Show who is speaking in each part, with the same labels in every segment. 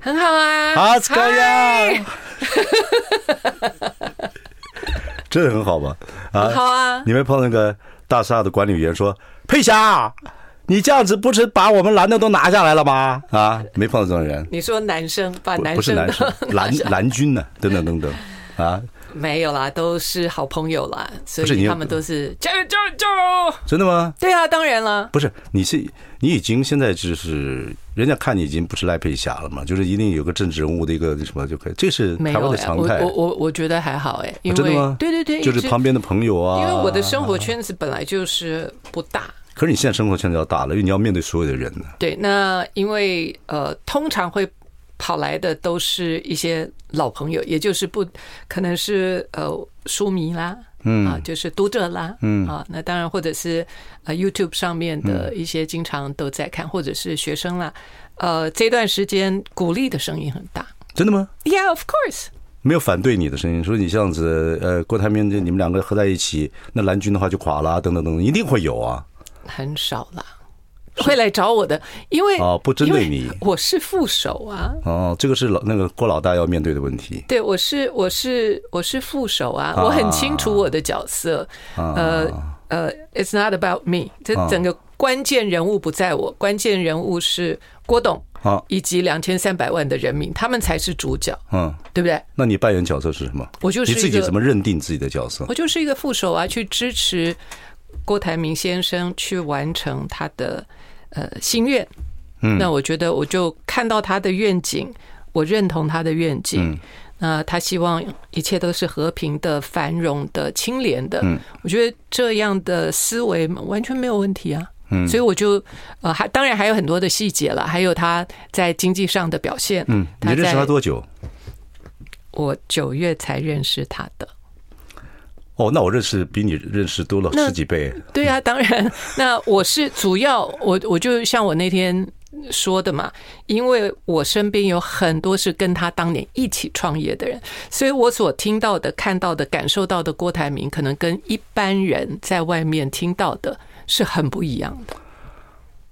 Speaker 1: 很 好啊，
Speaker 2: How's going?
Speaker 1: 嗨
Speaker 2: 真的很好吧？啊
Speaker 1: 很好啊
Speaker 2: 你们碰那个大厦的管理员说：“ 佩霞，你这样子不是把我们蓝的都拿下来了吗？”啊，没碰到这种人，
Speaker 1: 你说男生把
Speaker 2: 不
Speaker 1: 男
Speaker 2: 不是
Speaker 1: 生
Speaker 2: 男
Speaker 1: 的
Speaker 2: 生，蓝蓝军呢、等等等等，啊，
Speaker 1: 没有啦，都是好朋友啦，所
Speaker 2: 不是你
Speaker 1: 以他们都 是加油加油加油！
Speaker 2: 真的吗？
Speaker 1: 对啊，当然了，
Speaker 2: 不是，你是你已经现在就是人家看你已经不是赖佩霞了嘛，就是一定有个政治人物的一个什么就可以，这是
Speaker 1: 没
Speaker 2: 台湾
Speaker 1: 有
Speaker 2: 的
Speaker 1: 哎、
Speaker 2: 常
Speaker 1: 我
Speaker 2: 态。哦
Speaker 1: 我我我觉得还好哎、因
Speaker 2: 真的
Speaker 1: 为、
Speaker 2: 吗？
Speaker 1: 对对对，
Speaker 2: 就是旁边的朋友啊。
Speaker 1: 因为我的生活圈子本来就是不大。
Speaker 2: 可是你现在生活圈子要大了，因为你要面对所有的人呢。
Speaker 1: 对，那因为呃，通常会跑来的都是一些老朋友，也就是不可能是呃书迷啦，嗯啊，就是读者啦，嗯啊，那当然或者是呃 YouTube 上面的一些经常都在看，或者是学生啦，呃，这段时间鼓励的声音很大
Speaker 2: 真的吗？
Speaker 1: ，Yeah, of course。
Speaker 2: 没有反对你的声音，说你这样子，呃，郭台铭这你们两个合在一起，那蓝军的话就垮了啊，等等等等，一定会有啊。
Speaker 1: 很少啦，会来找我的，因为
Speaker 2: 哦不针对你，
Speaker 1: 因为我是副手啊，
Speaker 2: 哦，这个是老那个郭老大要面对的问题。
Speaker 1: 对我是我是我是副手啊，
Speaker 2: 啊
Speaker 1: 我很清楚我的角色，呃呃，It's not about me，这
Speaker 2: 啊
Speaker 1: 整个关键人物不在我，关键人物是郭董
Speaker 2: 啊
Speaker 1: 以及两千三百万的人民，他们才是主角，
Speaker 2: 嗯，
Speaker 1: 对不对？
Speaker 2: 那你扮演角色是什么？
Speaker 1: 我就是
Speaker 2: 你自
Speaker 1: 一
Speaker 2: 己
Speaker 1: 个
Speaker 2: 怎么认定自己的角色？
Speaker 1: 我就是一个副手啊，去支持郭台铭先生去完成他的呃心愿。嗯，那我觉得我就看到他的愿景，我认同他的愿景。
Speaker 2: 嗯
Speaker 1: 那、他希望一切都是和平的、繁荣的、清廉的。嗯，我觉得这样的思维完全没有问题啊。嗯，所以我就呃，还当然还有很多的细节了，还有他在经济上的表现。嗯
Speaker 2: 你认识他
Speaker 1: 在
Speaker 2: 多久？
Speaker 1: 我九月才认识他的。
Speaker 2: 哦，那我认识比你认识多了
Speaker 1: 那
Speaker 2: 十几倍。
Speaker 1: 对啊，当然。那我是主要，我我就像我那天说的嘛，因为我身边有很多是跟他当年一起创业的人，所以我所听到的、看到的、感受到的郭台铭，可能跟一般人在外面听到的是很不一样的。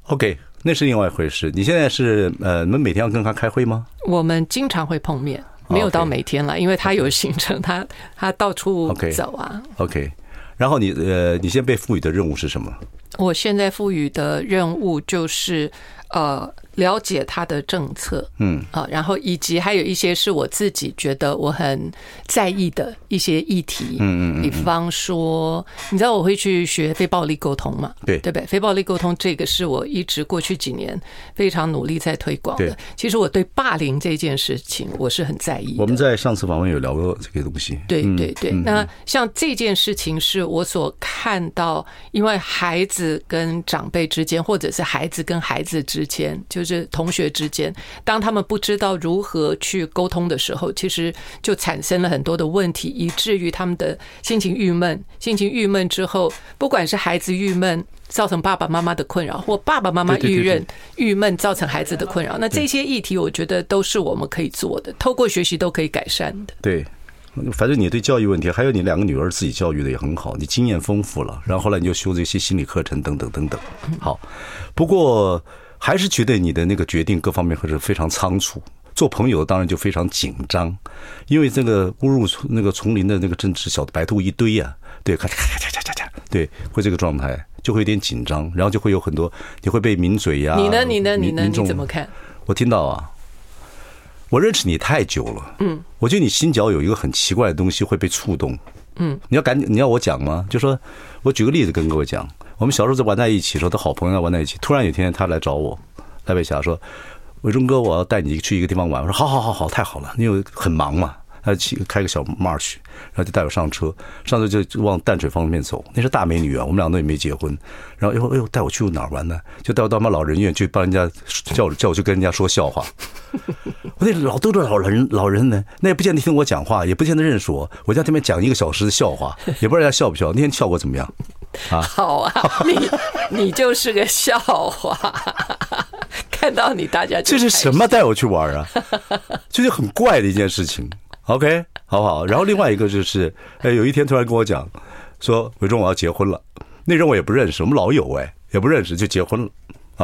Speaker 2: OK，那是另外一回事。你现在是呃，你们每天要跟他开会吗？
Speaker 1: 我们经常会碰面，没有到每天啦，因为他有行程，他他到处
Speaker 2: OK
Speaker 1: 走啊。
Speaker 2: OK，然后你呃，你现在被赋予的任务是什么？
Speaker 1: 我现在赋予的任务就是，呃，了解他的政策，嗯啊，然后以及还有一些是我自己觉得我很在意的一些议题，嗯嗯比方说，你知道我会去学非暴力沟通嘛？
Speaker 2: 对
Speaker 1: 对不对？非暴力沟通这个是我一直过去几年非常努力在推广
Speaker 2: 对
Speaker 1: 的。其实我对霸凌这件事情我是很在意的。
Speaker 2: 我们在上次访问有聊过这个东西。
Speaker 1: 对对对，
Speaker 2: 嗯
Speaker 1: 那像这件事情是我所看到，因为孩子跟长辈之间，或者是孩子跟孩子之间，就是同学之间，当他们不知道如何去沟通的时候，其实就产生了很多的问题，以至于他们的心情郁闷。心情郁闷之后，不管是孩子郁闷。造成爸爸妈妈的困扰，或爸爸妈妈
Speaker 2: 对对对
Speaker 1: 郁
Speaker 2: 对
Speaker 1: 闷、郁闷造成孩子的困扰，那这些议题，我觉得都是我们可以做的，透过学习都可以改善的。
Speaker 2: 对，反正你对教育问题，还有你两个女儿自己教育的也很好，你经验丰富了，然后后来你就修这些心理课程等等等等。好，不过还是觉得你的那个决定各方面还是非常仓促。做朋友当然就非常紧张，因为这个误入那个丛林的那个政治小白兔一堆呀、对，咔嚓咔嚓咔嚓咔嚓咔嚓，对，会这个状态就会有点紧张，然后就会有很多你会被抿嘴呀、啊
Speaker 1: 你呢？你呢？你
Speaker 2: 民
Speaker 1: 呢？
Speaker 2: 民
Speaker 1: 你
Speaker 2: 众
Speaker 1: 怎么看？
Speaker 2: 我听到啊，我认识你太久了，嗯，我觉得你心脚有一个很奇怪的东西会被触动，嗯，你要赶紧，你要我讲吗？就说，我举个例子跟各位讲，我们小时候在玩在一起的时候，都好朋友玩在一起，突然有一天他来找我，赖北霞说，伟忠哥，我要带你去一个地方玩，我说好好好好，太好了，你有很忙嘛。他骑开个小 March，然后就带我上车，上车就往淡水方面走。那是大美女啊，我们俩都也没结婚。然后哎呦哎呦，带我去哪儿玩呢？就带我到妈老人院去帮人家叫我叫我去跟人家说笑话。我那老都是老人老人呢，那也不见得听我讲话，也不见得认识我。我在那边讲一个小时的笑话， 也不知道人家笑不笑。那天效果怎么样？
Speaker 1: 好啊，你你就是个笑话， 看到你大家
Speaker 2: 这
Speaker 1: 就是
Speaker 2: 什么带我去玩啊？ 这就很怪的一件事情。OK，好不好？然后另外一个就是，呃，有一天突然跟我讲，说伟忠我要结婚了，那人我也不认识，我们老友哎也不认识就结婚了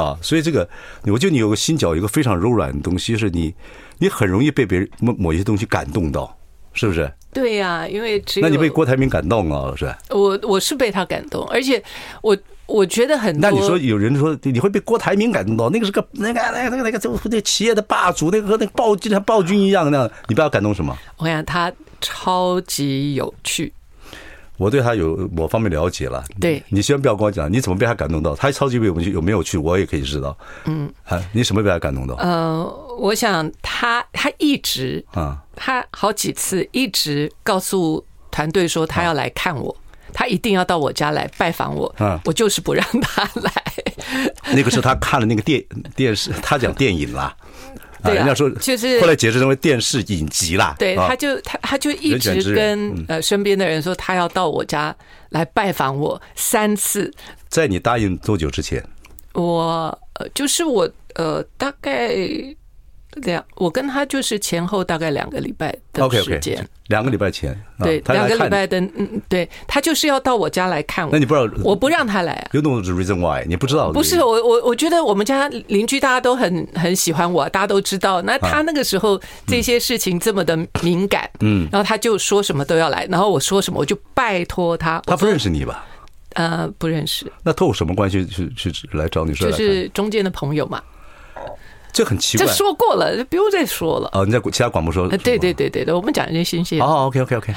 Speaker 2: 啊。所以这个，我觉得你有个心角，有一个非常柔软的东西，就是你你很容易被别人某某一些东西感动到，是不是？
Speaker 1: 对呀、因为只有
Speaker 2: 那你被郭台铭感动了，是吧？
Speaker 1: 我我是被他感动，而且我我觉得很多。
Speaker 2: 那你说有人说你会被郭台铭感动到，那个是个那个那个那个那个那个企业的霸主，那个和那个暴君暴君一样那样，你不要感动什么？
Speaker 1: 我跟你讲，他超级有趣，
Speaker 2: 我对他有某方面了解了。
Speaker 1: 对
Speaker 2: 你先不要跟我讲你怎么被他感动到，他超级有没有有没有去，我也可以知道。嗯，啊，你什么被他感动到？
Speaker 1: 呃，我想他他一直
Speaker 2: 啊，
Speaker 1: 他好几次一直告诉团队说他要来看我，他一定要到我家来拜访我，
Speaker 2: 啊
Speaker 1: 我就是不让他 来。
Speaker 2: 那个是他看了那个电电视，他讲电影啦，
Speaker 1: 对啊
Speaker 2: 人家说
Speaker 1: 就是
Speaker 2: 后来解释成为电视影集啦。
Speaker 1: 对，
Speaker 2: 啊
Speaker 1: 他就他他就一
Speaker 2: 人嗯选之
Speaker 1: 直
Speaker 2: 人
Speaker 1: 跟呃身边的人说他要到我家来拜访我三次，
Speaker 2: 在你答应多久之前？
Speaker 1: 我呃就是我呃大概两，我跟他就是前后大概两个礼拜的
Speaker 2: OK
Speaker 1: 时
Speaker 2: OK，
Speaker 1: 间。
Speaker 2: 两个礼拜前，啊
Speaker 1: 对，
Speaker 2: 他
Speaker 1: 两
Speaker 2: 来
Speaker 1: 个
Speaker 2: 看
Speaker 1: 礼
Speaker 2: 你
Speaker 1: 拜的，嗯，对他就是要到我家来看
Speaker 2: 那
Speaker 1: 我
Speaker 2: 你，不知道
Speaker 1: 我不让他来啊。
Speaker 2: You know the reason why？你不知道
Speaker 1: 不是我我我觉得我们家邻居大家都很很喜欢我，大家都知道。那他那个时候这些事情这么的敏感，啊嗯，然后他就说什么都要来，然后我说什么我就拜托他，
Speaker 2: 他
Speaker 1: 我
Speaker 2: 不认识你吧？
Speaker 1: 呃不认识，
Speaker 2: 那透过什么关系去去去来找你说
Speaker 1: 就
Speaker 2: 来看？
Speaker 1: 是啊中间的朋友嘛，
Speaker 2: 这很奇
Speaker 1: 这
Speaker 2: 怪
Speaker 1: 说过了，就不用再说了。
Speaker 2: 哦，你在其他广播说
Speaker 1: 呃，对对对对对，我们讲一些新鲜，
Speaker 2: 哦，OK OK OK，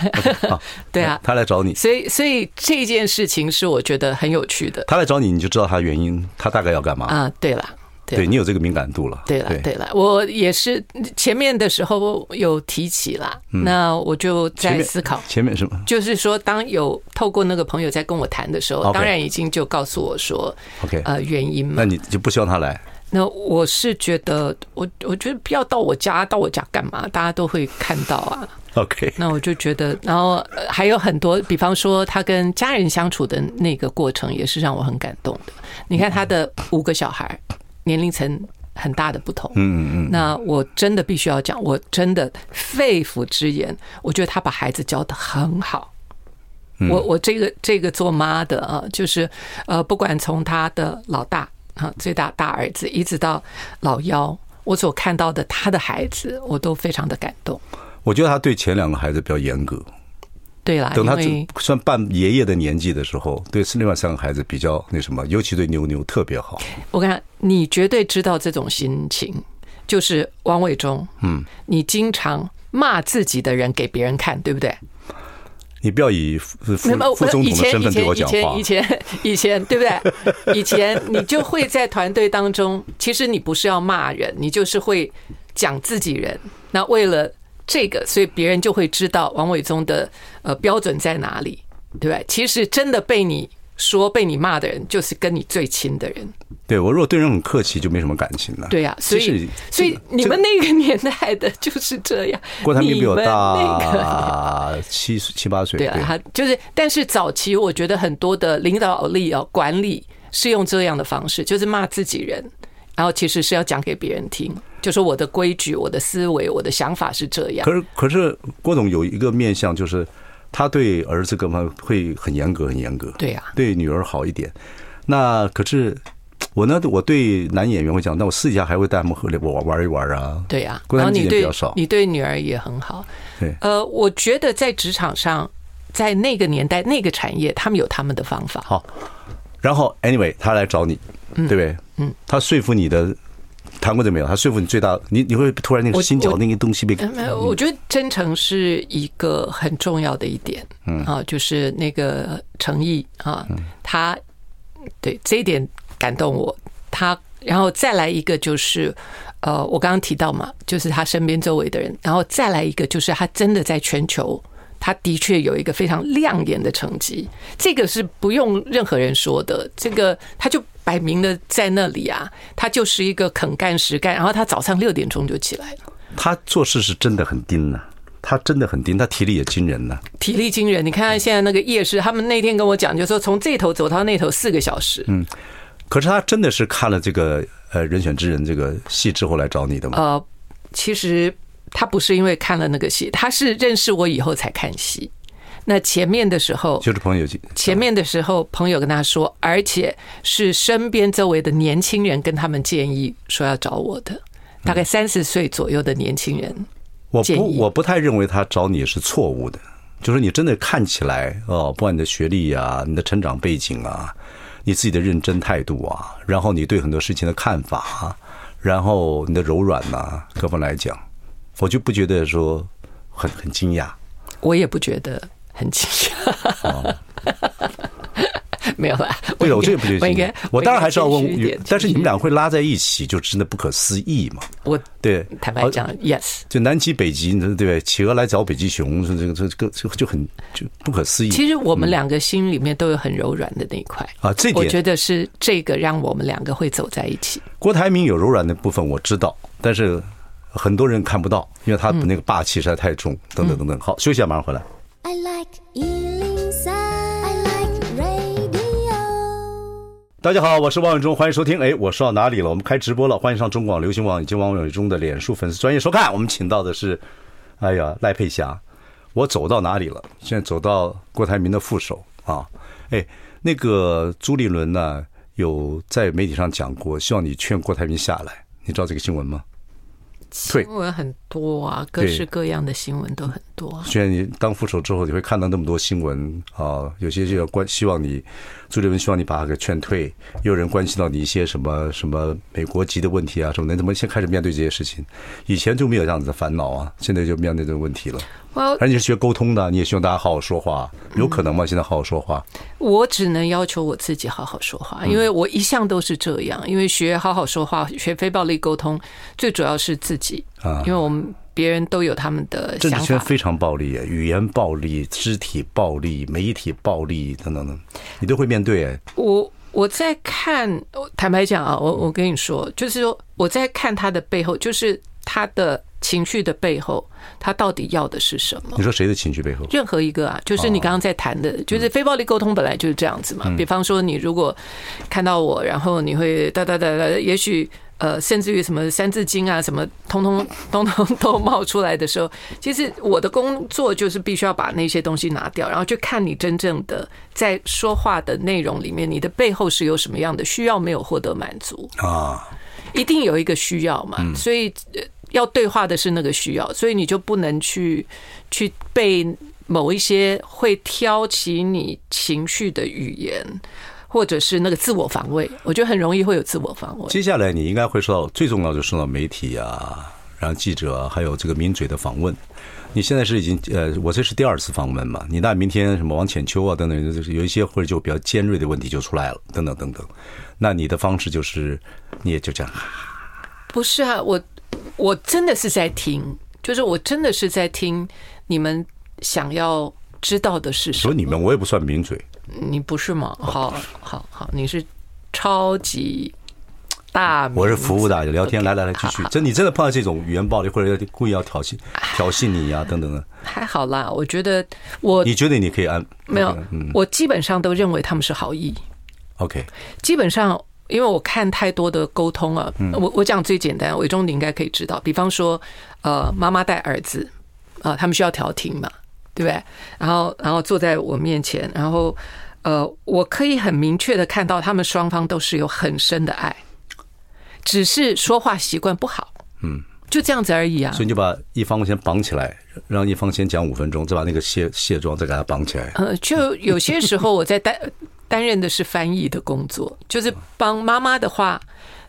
Speaker 2: 好，
Speaker 1: 对啊
Speaker 2: 他来找你，
Speaker 1: 所以所以这件事情是我觉得很有趣的
Speaker 2: 他来找你，你就知道他原因，他大概要干嘛。
Speaker 1: 啊。对了，对
Speaker 2: 对
Speaker 1: 了
Speaker 2: 你有这个敏感度了，
Speaker 1: 对了，对了，我也是前面的时候有提起啦，那我就
Speaker 2: 前
Speaker 1: 在
Speaker 2: 面
Speaker 1: 思考。
Speaker 2: 前面什么
Speaker 1: 就是说，当有透过那个朋友在跟我谈的时候
Speaker 2: OK
Speaker 1: 当然已经就告诉我说，
Speaker 2: ？OK，
Speaker 1: 呃，原因嘛
Speaker 2: 那。你就不希望他来？
Speaker 1: 那我是觉得，我我觉得不要到我家，到我家干嘛？大家都会看到啊。
Speaker 2: OK，
Speaker 1: 那我就觉得，然后呃还有很多，比方说他跟家人相处的那个过程，也是让我很感动的。你看他的五个小孩，年龄层很大的不同。
Speaker 2: 嗯嗯
Speaker 1: 那我真的必须要讲，我真的肺腑之言，我觉得他把孩子教得很好。
Speaker 2: 嗯
Speaker 1: 我我这个这个做妈的啊，就是呃，不管从他的老大啊最大大儿子，一直到老幺，我所看到的他的孩子，我都非常的感动。
Speaker 2: 嗯，我觉得他对前两个孩子比较严格，
Speaker 1: 对啦，
Speaker 2: 等
Speaker 1: 啊因
Speaker 2: 他
Speaker 1: 为
Speaker 2: 算半爷爷的年纪的时候，对另外三个孩子比较那什么，尤其对妞妞特别好。
Speaker 1: 我看你绝对知道这种心情，就是王伟忠，嗯，你经常骂自己的人给别人看，对不对？
Speaker 2: 你不要以副
Speaker 1: 没有呃
Speaker 2: 副副总
Speaker 1: 以
Speaker 2: 统的
Speaker 1: 前
Speaker 2: 身份对我讲话
Speaker 1: 以，前以前 以前对不对？以前你就会在团队当中，其实你不是要骂人，你就是会讲自己人。那为了这个，所以别人就会知道王伟忠的呃标准在哪里，对不对？其实真的被你说被你骂的人，就是跟你最亲的人。
Speaker 2: 对我如果对人很客气，就没什么感情了。
Speaker 1: 对呀、所
Speaker 2: 这
Speaker 1: 以
Speaker 2: 是
Speaker 1: 所以
Speaker 2: 这个
Speaker 1: 你们那个 年代的就是这样。
Speaker 2: 郭台铭比我
Speaker 1: 你们那个
Speaker 2: 大七七八岁，
Speaker 1: 对啊，他就是，但是早期我觉得很多的领导力哦，管理是用这样的方式，就是骂自己人，然后其实是要讲给别人听，就说我的规矩、我的思维、我的想法是这样
Speaker 2: 可。是可是郭总有一个面向，就是他对儿子各方面会很严格，很严格，
Speaker 1: 对啊，
Speaker 2: 对女儿好一点。那可是我呢，我对男演员会讲，那我私底下还会带他们喝玩玩一玩啊。
Speaker 1: 对啊，
Speaker 2: 郭
Speaker 1: 然
Speaker 2: 台
Speaker 1: 后
Speaker 2: 铭
Speaker 1: 你
Speaker 2: 经验比
Speaker 1: 对
Speaker 2: 较少
Speaker 1: 你对女儿也很好。
Speaker 2: 对，
Speaker 1: 呃，我觉得在职场上，在那个年代、那个产业，他们有他们的方法。
Speaker 2: 好。然后 anyway，他来找你，对不对？嗯，他说服你的。谈过这没有？他说服你最大，你你会突然那个
Speaker 1: 我
Speaker 2: 心绞
Speaker 1: 我
Speaker 2: 那个东西被
Speaker 1: 呃没有，我觉得真诚是一个很重要的一点，嗯啊，就是那个诚意啊，他对这一点感动我。他，然后再来一个就是，呃，我刚刚提到嘛，就是他身边周围的人，然后再来一个就是他真的在全球，他的确有一个非常亮眼的成绩，这个是不用任何人说的，这个他就摆明了在那里啊，他就是一个肯干实干，然后他早上六点钟就起来了。
Speaker 2: 他做事是真的很盯呐、他真的很盯，他体力也惊人呐、
Speaker 1: 体力惊人，你看看现在那个夜市，他们那天跟我讲，就说从这头走到那头四个小时，
Speaker 2: 嗯可是他真的是看了这个呃《人选之人》这个戏之后来找你的吗？
Speaker 1: 呃，其实他不是因为看了那个戏，他是认识我以后才看戏。那前面的时候，
Speaker 2: 就是朋友圈
Speaker 1: 前面的时候，朋友跟他说，而且是身边周围的年轻人跟他们建议说要找我的，
Speaker 2: 嗯
Speaker 1: 大概三十岁左右的年轻人。
Speaker 2: 我
Speaker 1: 建
Speaker 2: 不
Speaker 1: 议
Speaker 2: 我不太认为他找你是错误的，就是你真的看起来哦，不管你的学历啊、你的成长背景啊、你自己的认真态度啊，然后你对很多事情的看法啊，然后你的柔软呐、各方面来讲，我就不觉得说很很惊讶。
Speaker 1: 我也不觉得很惊讶。 没有啦，
Speaker 2: 哦对了，我
Speaker 1: 应该
Speaker 2: 这也不觉得
Speaker 1: 我应
Speaker 2: 惊
Speaker 1: 该
Speaker 2: 讶，我当然还是要
Speaker 1: 我应该谦虚
Speaker 2: 问
Speaker 1: 一点，
Speaker 2: 但是你们俩会拉在一起，就真的不可思议嘛？
Speaker 1: 我
Speaker 2: 对，
Speaker 1: 坦白
Speaker 2: 好嗯
Speaker 1: 讲，yes。
Speaker 2: 就南极、北极，你说对不对？企鹅来找北极熊，这这这这个就就很就不可思议。
Speaker 1: 其实我们两个心里面都有很柔软的那一块
Speaker 2: 啊这点
Speaker 1: 我觉得是这个让我们两个会走在一起。
Speaker 2: 郭台铭有柔软的部分，我知道，但是很多人看不到，因为他那个霸气实在太重，等等等
Speaker 1: 嗯
Speaker 2: 等。好，休息一下，马上回来。
Speaker 3: I like Ealing Sound. I like radio.
Speaker 2: 大家好，我是王永忠，欢迎收听。哎，我说到哪里了？我们开直播了，欢迎上中广流行网以及王永忠的脸书粉丝专业收看。我们请到的是，哎呀，赖佩霞。我走到哪里了？现在走到郭台铭的副手啊。哎，那个朱立伦呢，有在媒体上讲过，希望你劝郭台铭下来。你知道这个新闻吗？对
Speaker 1: 新闻很多啊，各
Speaker 2: 对
Speaker 1: 式各样的新闻都很多啊。
Speaker 2: 虽然你当副手之后，你会看到那么多新闻啊，有些就要关希望你朱立伦希望你把他给劝退，也有人关心到你一些什么什么美国籍的问题啊什么的，你怎么现在开始面对这些事情？以前就没有这样子的烦恼啊，现在就面对这个问题了。
Speaker 1: 我
Speaker 2: 而且你是学沟通的，你也希望大家好好说话，有可能吗？现在好好说话，
Speaker 1: 我只能要求我自己好好说
Speaker 2: 嗯
Speaker 1: 话，因为我一向都是这样。因为学好好说话，学非暴力沟通，最主要是自己
Speaker 2: 啊
Speaker 1: 因为我们别人都有他们的
Speaker 2: 政治
Speaker 1: 想
Speaker 2: 圈
Speaker 1: 法。
Speaker 2: 非常暴力，语言暴力、肢体暴力、媒体暴力等等等，你都会面对。
Speaker 1: 我我在看，我坦白讲啊，我我跟你说，就是说我在看他的背后，就是他的情绪的背后，他到底要的是什么？
Speaker 2: 你说谁的情绪背后？
Speaker 1: 任何一个啊，就是你刚刚在谈的，就是非暴力沟通本来就是这样子嘛。比方说，你如果看到我，然后你会哒哒哒哒，也许呃，甚至于什么三字经啊，什么通通 通通都冒出来的时候，其实我的工作就是必须要把那些东西拿掉，然后去看你真正的在说话的内容里面，你的背后是有什么样的需要没有获得满足。
Speaker 2: 啊，
Speaker 1: 一定有一个需要嘛，
Speaker 2: 嗯
Speaker 1: 所以呃要对话的是那个需要，所以你就不能去去被某一些会挑起你情绪的语言，或者是那个自我防卫，我觉得很容易会有自我防卫。
Speaker 2: 接下来你应该会受到最重要，就受到媒体啊，然后记者、啊、还有这个名嘴的访问。你现在是已经呃，我这是第二次访问嘛？你那明天什么王浅秋啊等等，就是有一些或者就比较尖锐的问题就出来了，等等等等。那你的方式就是，你也就这样，
Speaker 1: 不是啊，我我真的是在听，就是我真的是在听你们想要知道的是什
Speaker 2: 说
Speaker 1: 么。
Speaker 2: 你们我也不算名嘴，
Speaker 1: 你不是吗？
Speaker 2: 哦
Speaker 1: 好好好，你是超级大明星，
Speaker 2: 我是服务大家聊天，来来来，继续
Speaker 1: 好。好
Speaker 2: 真你真的碰到这种语言暴力或者要故意要挑衅挑衅你呀、等等的，
Speaker 1: 还好啦，我觉得我
Speaker 2: 你觉得你可以安
Speaker 1: 没有，我基本上都认为他们是好意。
Speaker 2: OK？
Speaker 1: 基本上，因为我看太多的沟通啊，我我讲最简单，伟忠你应该可以知道，比方说，呃，妈妈带儿子，啊、他们需要调停嘛，对不对？然后，然后坐在我面前，然后，呃，我可以很明确的看到，他们双方都是有很深的爱，只是说话习惯不好，嗯，就这样子而已啊
Speaker 2: 所以。你就把一方先绑起来，让一方先讲五分钟，再把那个卸卸妆再给他绑起来。
Speaker 1: 呃，就有些时候我在担 担任的是翻译的工作，就是帮妈妈的话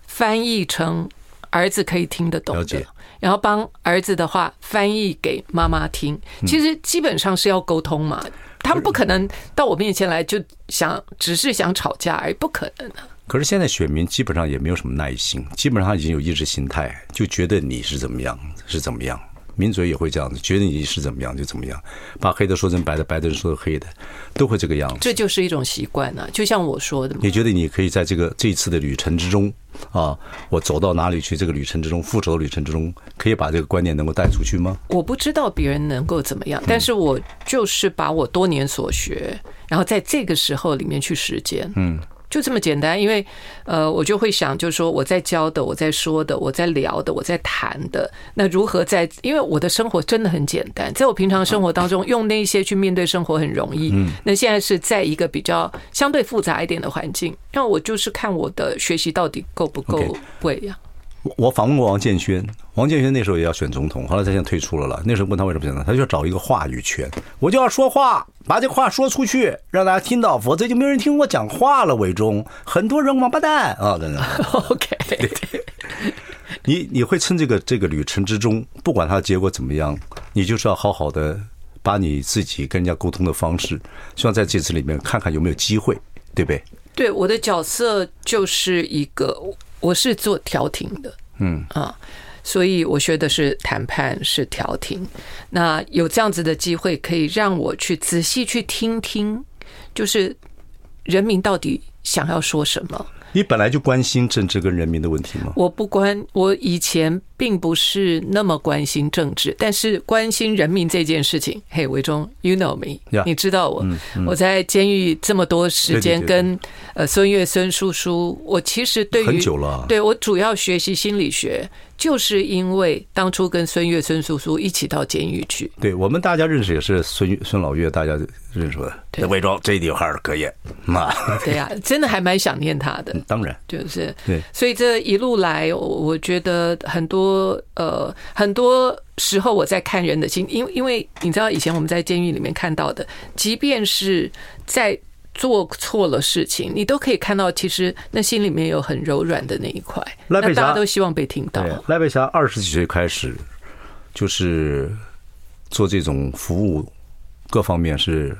Speaker 1: 翻译成儿子可以听得懂
Speaker 2: 了
Speaker 1: 的
Speaker 2: 解，
Speaker 1: 然后
Speaker 2: 嗯
Speaker 1: 帮儿子的话翻译给妈妈听。其实基本上是要沟通嘛，他们不可能到我面前来就想只是想吵架而已，不可能啊的、
Speaker 2: 可是现在选民基本上也没有什么耐心，基本上已经有意识形态，就觉得你是怎么样是怎么样。民主也会这样子，觉得你是怎么样就怎么样，把黑的说成白的，白的说成黑的，都会这个样子。
Speaker 1: 这就是一种习惯呢、就像我说的嘛，
Speaker 2: 你觉得你可以在这个这一次的旅程之中啊，我走到哪里去？这个旅程之中，复仇的旅程之中，可以把这个观念能够带出去吗？
Speaker 1: 我不知道别人能够怎么样，但是我就是把我多年所学，然后在这个时候里面去实践，嗯，就这么简单。因为呃，我就会想，就是说我在教的，我在说的，我在聊的，我在谈的，那如何在？因为我的生活真的很简单，在我平常生活当中，用那些去面对生活很容易。嗯，那现在是在一个比较相对复杂一点的环境，那我就是看我的学习到底够不够
Speaker 2: OK
Speaker 1: 位呀、
Speaker 2: 我我访问过王建轩，王建轩那时候也要选总统，后来他现在退出了了。那时候问他为什么选呢？他就要找一个话语权，我就要说话，把这话说出去，让大家听到，否则就没有人听我讲话了。伟忠，很多人王八蛋啊，等等。
Speaker 1: OK，
Speaker 2: 你你会趁这个这个旅程之中，不管它的结果怎么样，你就是要好好的把你自己跟人家沟通的方式，希望在这次里面看看有没有机会，对不对？
Speaker 1: 对，我的角色就是一个，我是做调停的，嗯啊，所以我学的是谈判，是调停。那有这样子的机会，可以让我去仔细去听听，就是人民到底想要说什么。
Speaker 2: 你本来就关心政治跟人民的问题吗？
Speaker 1: 我不关，我以前并不是那么关心政治，但是关心人民这件事情，嘿，维忠，you know me，、
Speaker 2: Yeah 嗯
Speaker 1: 你知道我，我在监狱这么多时间
Speaker 2: 对对对
Speaker 1: 跟呃孙悦孙叔叔，我其实对于
Speaker 2: 很久了
Speaker 1: 对我主要学习心理学，就是因为当初跟孙悦孙叔叔一起到监狱去，
Speaker 2: 对我们大家认识也是孙孙老岳，大家认识的。
Speaker 1: 对嗯
Speaker 2: 魏庄这女孩儿可以嘛？
Speaker 1: 对呀、真的还蛮想念他的，
Speaker 2: 当然，
Speaker 1: 就是
Speaker 2: 对
Speaker 1: 所以这一路来，我我觉得很多呃，很多时候我在看人的心，因因为你知道，以前我们在监狱里面看到的，即便是在做错了事情，你都可以看到，其实那心里面有很柔软的那一块，
Speaker 2: 赖
Speaker 1: 那
Speaker 2: 佩
Speaker 1: 大
Speaker 2: 霞
Speaker 1: 家都希望被听到
Speaker 2: 对。，赖佩霞二十几岁开始就是做这种服务，各方面是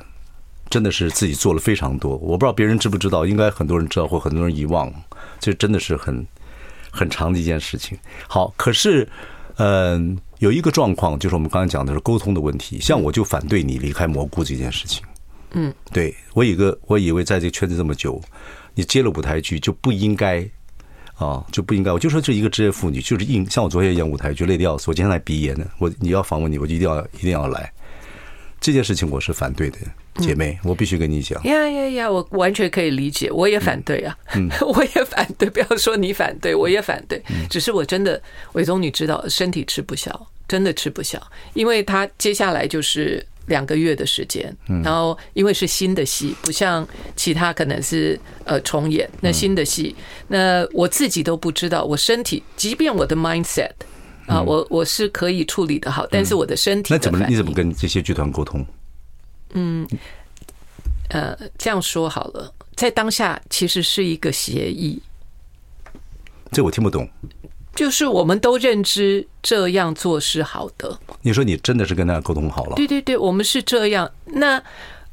Speaker 2: 真的是自己做了非常多。我不知道别人知不知道，应该很多人知道，或很多人遗忘，这真的是很很长的一件事情。好，可是嗯、有一个状况就是我们刚才讲的是沟通的问题，像我就反对你离开蘑菇这件事情。对我以个我以为在这个圈子这么久，你接了舞台剧就不应该啊，就不应该。我就说这一个职业妇女，就是硬像我昨天演舞台剧累得要死，我今天来鼻炎呢。我你要访问你，我就一定要一定要来。这件事情我是反对的，姐妹，
Speaker 1: 嗯
Speaker 2: 我必须跟你讲。
Speaker 1: 呀呀呀！我完全可以理解，我也反对啊，
Speaker 2: 嗯
Speaker 1: 我也反对。不要说你反对，我也反对。只是我真的，伟忠，你知道，身体吃不消，真的吃不消，因为他接下来就是两个月的时间，
Speaker 2: 嗯
Speaker 1: 然后因为是新的戏，不像其他可能是呃重演，
Speaker 2: 嗯
Speaker 1: 那新的戏，那我自己都不知道，我身体，即便我的 mindset 啊，我我是可以处理的好，但是我的身
Speaker 2: 嗯
Speaker 1: 体
Speaker 2: 那
Speaker 1: 的
Speaker 2: 怎么
Speaker 1: 反
Speaker 2: 你怎
Speaker 1: 应
Speaker 2: 么跟这些剧团沟通？
Speaker 1: 呃，这样说好了，在当下其实是一个协议，
Speaker 2: 这我听不懂。
Speaker 1: 就是我们都认知这样做是好的。
Speaker 2: 你说你真的是跟他沟通好了，
Speaker 1: 对对对，我们是这样。那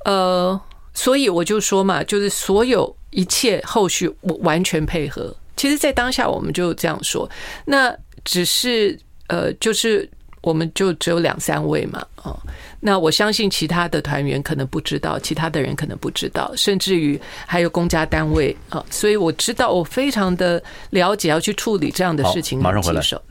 Speaker 1: 呃，所以我就说嘛，就是所有一切后续我完全配合。其实，在当下我们就这样说，那只是呃，就是我们就只有两三位嘛，哦。那我相信其他的团员可能不知道，其他的人可能不知道，甚至于还有公家单位啊、所以我知道，我非常的了解要去处理这样的
Speaker 2: 好
Speaker 1: 事情，
Speaker 2: 马上回来
Speaker 1: 棘手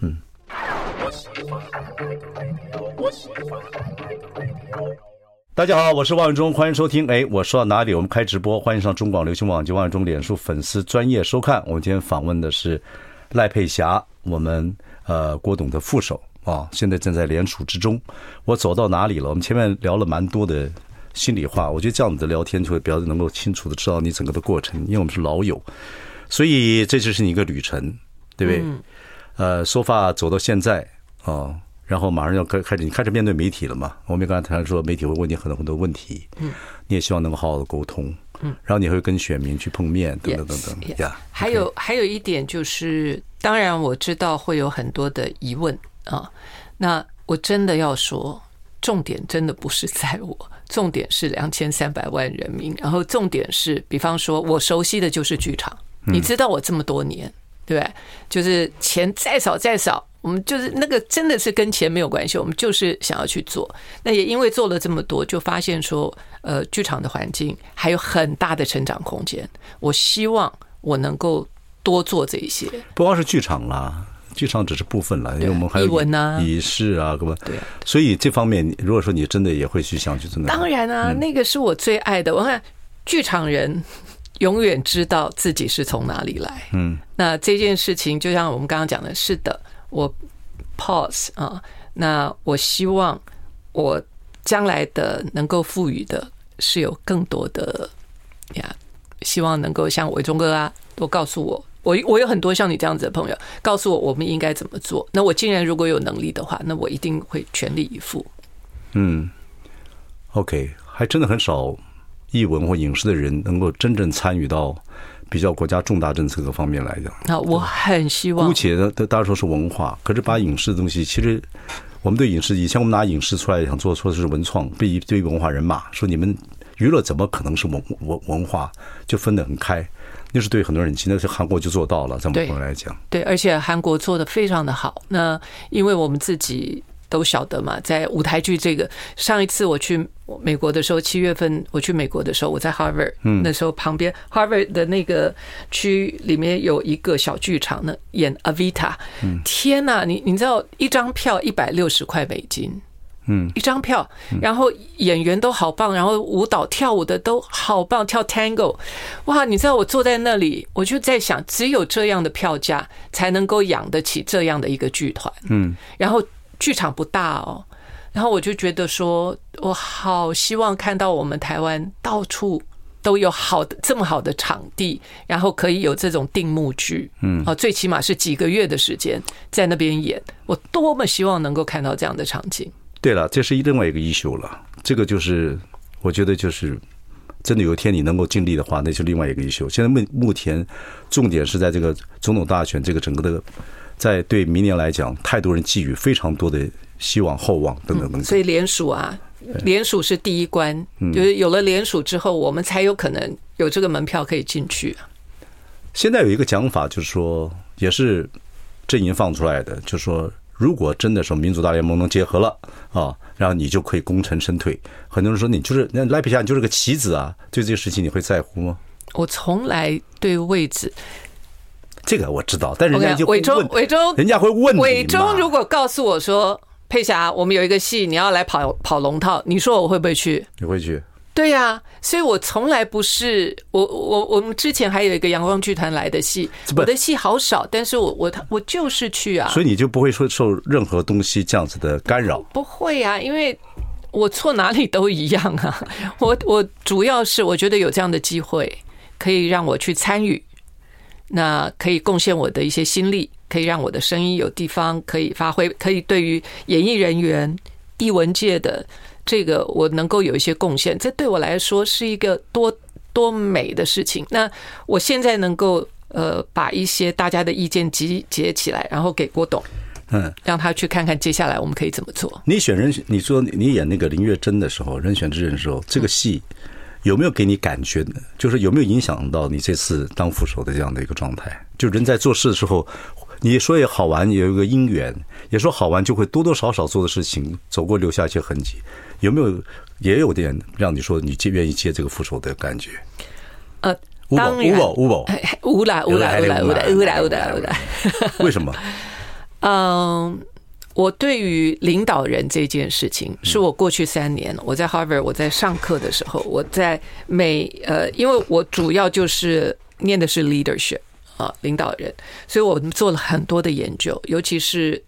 Speaker 2: 大家好，我是王永忠，欢迎收听。哎，我说到哪里？我们开直播，欢迎上中广流行网及王永忠脸书粉丝专业收看。我们今天访问的是赖佩霞，我们呃郭董的副手啊，现在正在联署之中。我走到哪里了？我们前面聊了蛮多的心里话，我觉得这样子的聊天就会比较能够清楚的知道你整个的过程，因为我们是老友，所以这就是你一个旅程，对不对？呃，说法走到现在哦，然后马上要开开始，你开始面对媒体了嘛？我们也刚才谈说，媒体会问你很多很多问题，嗯，你也希望能够好好的沟通，嗯，然后你会跟选民去碰面，等等等等
Speaker 1: Yes,
Speaker 2: 呀。
Speaker 1: 还有还有一点就是，当然我知道会有很多的疑问啊，那我真的要说，重点真的不是在我，重点是两千三百万人民，然后重点是，比方说我熟悉的就是剧场，
Speaker 2: 嗯
Speaker 1: 你知道我这么多年，对不对？就是钱再少再少，我们就是那个真的是跟钱没有关系，我们就是想要去做。那也因为做了这么多，就发现说，呃，剧场的环境还有很大的成长空间。我希望我能够多做这一些。
Speaker 2: 不光是剧场啦，剧场只是部分啦，因为我们还有
Speaker 1: 艺文啊
Speaker 2: 仪式啊，各方
Speaker 1: 对啊
Speaker 2: 所以这方面，如果说你真的也会去想去真的，
Speaker 1: 当然啊，那个是我最爱的。我看剧场人 永远知道自己是从哪里来。嗯，那这件事情就像我们刚刚讲的，是的，我 pause 啊，那我希望我将来的能够赋予的是有更多的呀，希望能够像伟忠哥啊，都告诉我。我我有很多像你这样子的朋友，告诉我我们应该怎么做。那我竟然如果有能力的话，那我一定会全力以赴。
Speaker 2: 嗯 OK，还真的很少译文或影视的人能够真正参与到比较国家重大政策各方面来讲。
Speaker 1: 那我很希望
Speaker 2: 姑且呢，大家说是文化，可是把影视的东西，其实我们对影视，以前我们拿影视出来想做，说是文创，被一堆文化人骂，说你们娱乐怎么可能是文文文化，就分得很开。那是对很多人，现在是韩国就做到了，在某
Speaker 1: 对
Speaker 2: 方面来讲，
Speaker 1: 对，而且韩国做的非常的好。那因为我们自己都晓得嘛，在舞台剧这个，上一次我去美国的时候，七月份我去美国的时候，我在 Harvard，那时候旁边 Harvard 的那个区里面有一个小剧场呢，演 Avita。天呐，你你知道一张票一百六十块美金。一张票，然后演员都好棒，然后舞蹈跳舞的都好棒，跳 tango，哇！你知道我坐在那里，我就在想，只有这样的票价才能够养得起这样的一个剧团，嗯，然后剧场不大哦，然后我就觉得说，我好希望看到我们台湾到处。都有好的这么好的场地，然后可以有这种定目剧，嗯，啊，最起码是几个月的时间在那边演，我多么希望能够看到这样的场景。
Speaker 2: 对了，这是另外一个 issue 了。这个就是，我觉得就是，真的有一天你能够尽力的话，那就另外一个 issue。现在目目前重点是在这个总统大选，这个整个的，在对明年来讲，太多人寄予非常多的希望、厚望等等等等。
Speaker 1: 所以联署啊，联署是第一关，
Speaker 2: 嗯
Speaker 1: 就是有了联署之后，我们才有可能有这个门票可以进去。
Speaker 2: 现在有一个讲法，就是说，也是阵营放出来的，就是说，如果真的说民主大联盟能结合了啊，然后你就可以功成身退。很多人说你就是那赖皮侠，你就是个棋子啊，对这些事情你会在乎吗？
Speaker 1: 我从来对位置
Speaker 2: 这个我知道，但人家
Speaker 1: ，OK，
Speaker 2: 就
Speaker 1: 伟
Speaker 2: 会
Speaker 1: 忠
Speaker 2: 问，，
Speaker 1: 伟忠，
Speaker 2: 人家会问你嘛
Speaker 1: 伟忠如果告诉我说，佩霞，我们有一个戏，你要来跑跑龙套，你说我会不会去？
Speaker 2: 你会去
Speaker 1: 对呀、所以我从来不是我我我们之前还有一个阳光剧团来的戏，
Speaker 2: 不
Speaker 1: 我的戏好少，但是我我我就是去啊，
Speaker 2: 所以你就不会说受任何东西这样子的干扰。
Speaker 1: 不会呀、因为我错哪里都一样啊。 我我主要是我觉得有这样的机会，可以让我去参与，那可以贡献我的一些心力，可以让我的声音有地方可以发挥，可以对于演艺人员、艺文界的这个我能够有一些贡献，这对我来说是一个多多美的事情。那我现在能够。呃，把一些大家的意见集结起来，然后给郭董，
Speaker 2: 嗯，
Speaker 1: 让他去看看接下来我们可以怎么做。
Speaker 2: 你选人，你说你演那个林月珍的时候，人选之人的时候，这个戏
Speaker 1: 嗯
Speaker 2: 有没有给你感觉呢？就是有没有影响到你这次当副手的这样的一个状态？就人在做事的时候，你说也好玩，有一个因缘，也说好玩，就会多多少少做的事情走过留下一些痕迹，有没有也有点让你说你接愿意接这个副手的感觉？
Speaker 1: 呃，
Speaker 2: 五宝
Speaker 1: 当然
Speaker 2: 五宝五宝，
Speaker 1: 哎 无啦无啦无啦无啦无啦无啦无啦。
Speaker 2: 为什么？
Speaker 1: 嗯，我对于领导人这件事情，
Speaker 2: 嗯
Speaker 1: 是我过去三年我在 Harvard 我在上课的时候，我在每呃，因为我主要就是念的是 leadership 啊，领导人，所以我们做了很多的研究，尤其是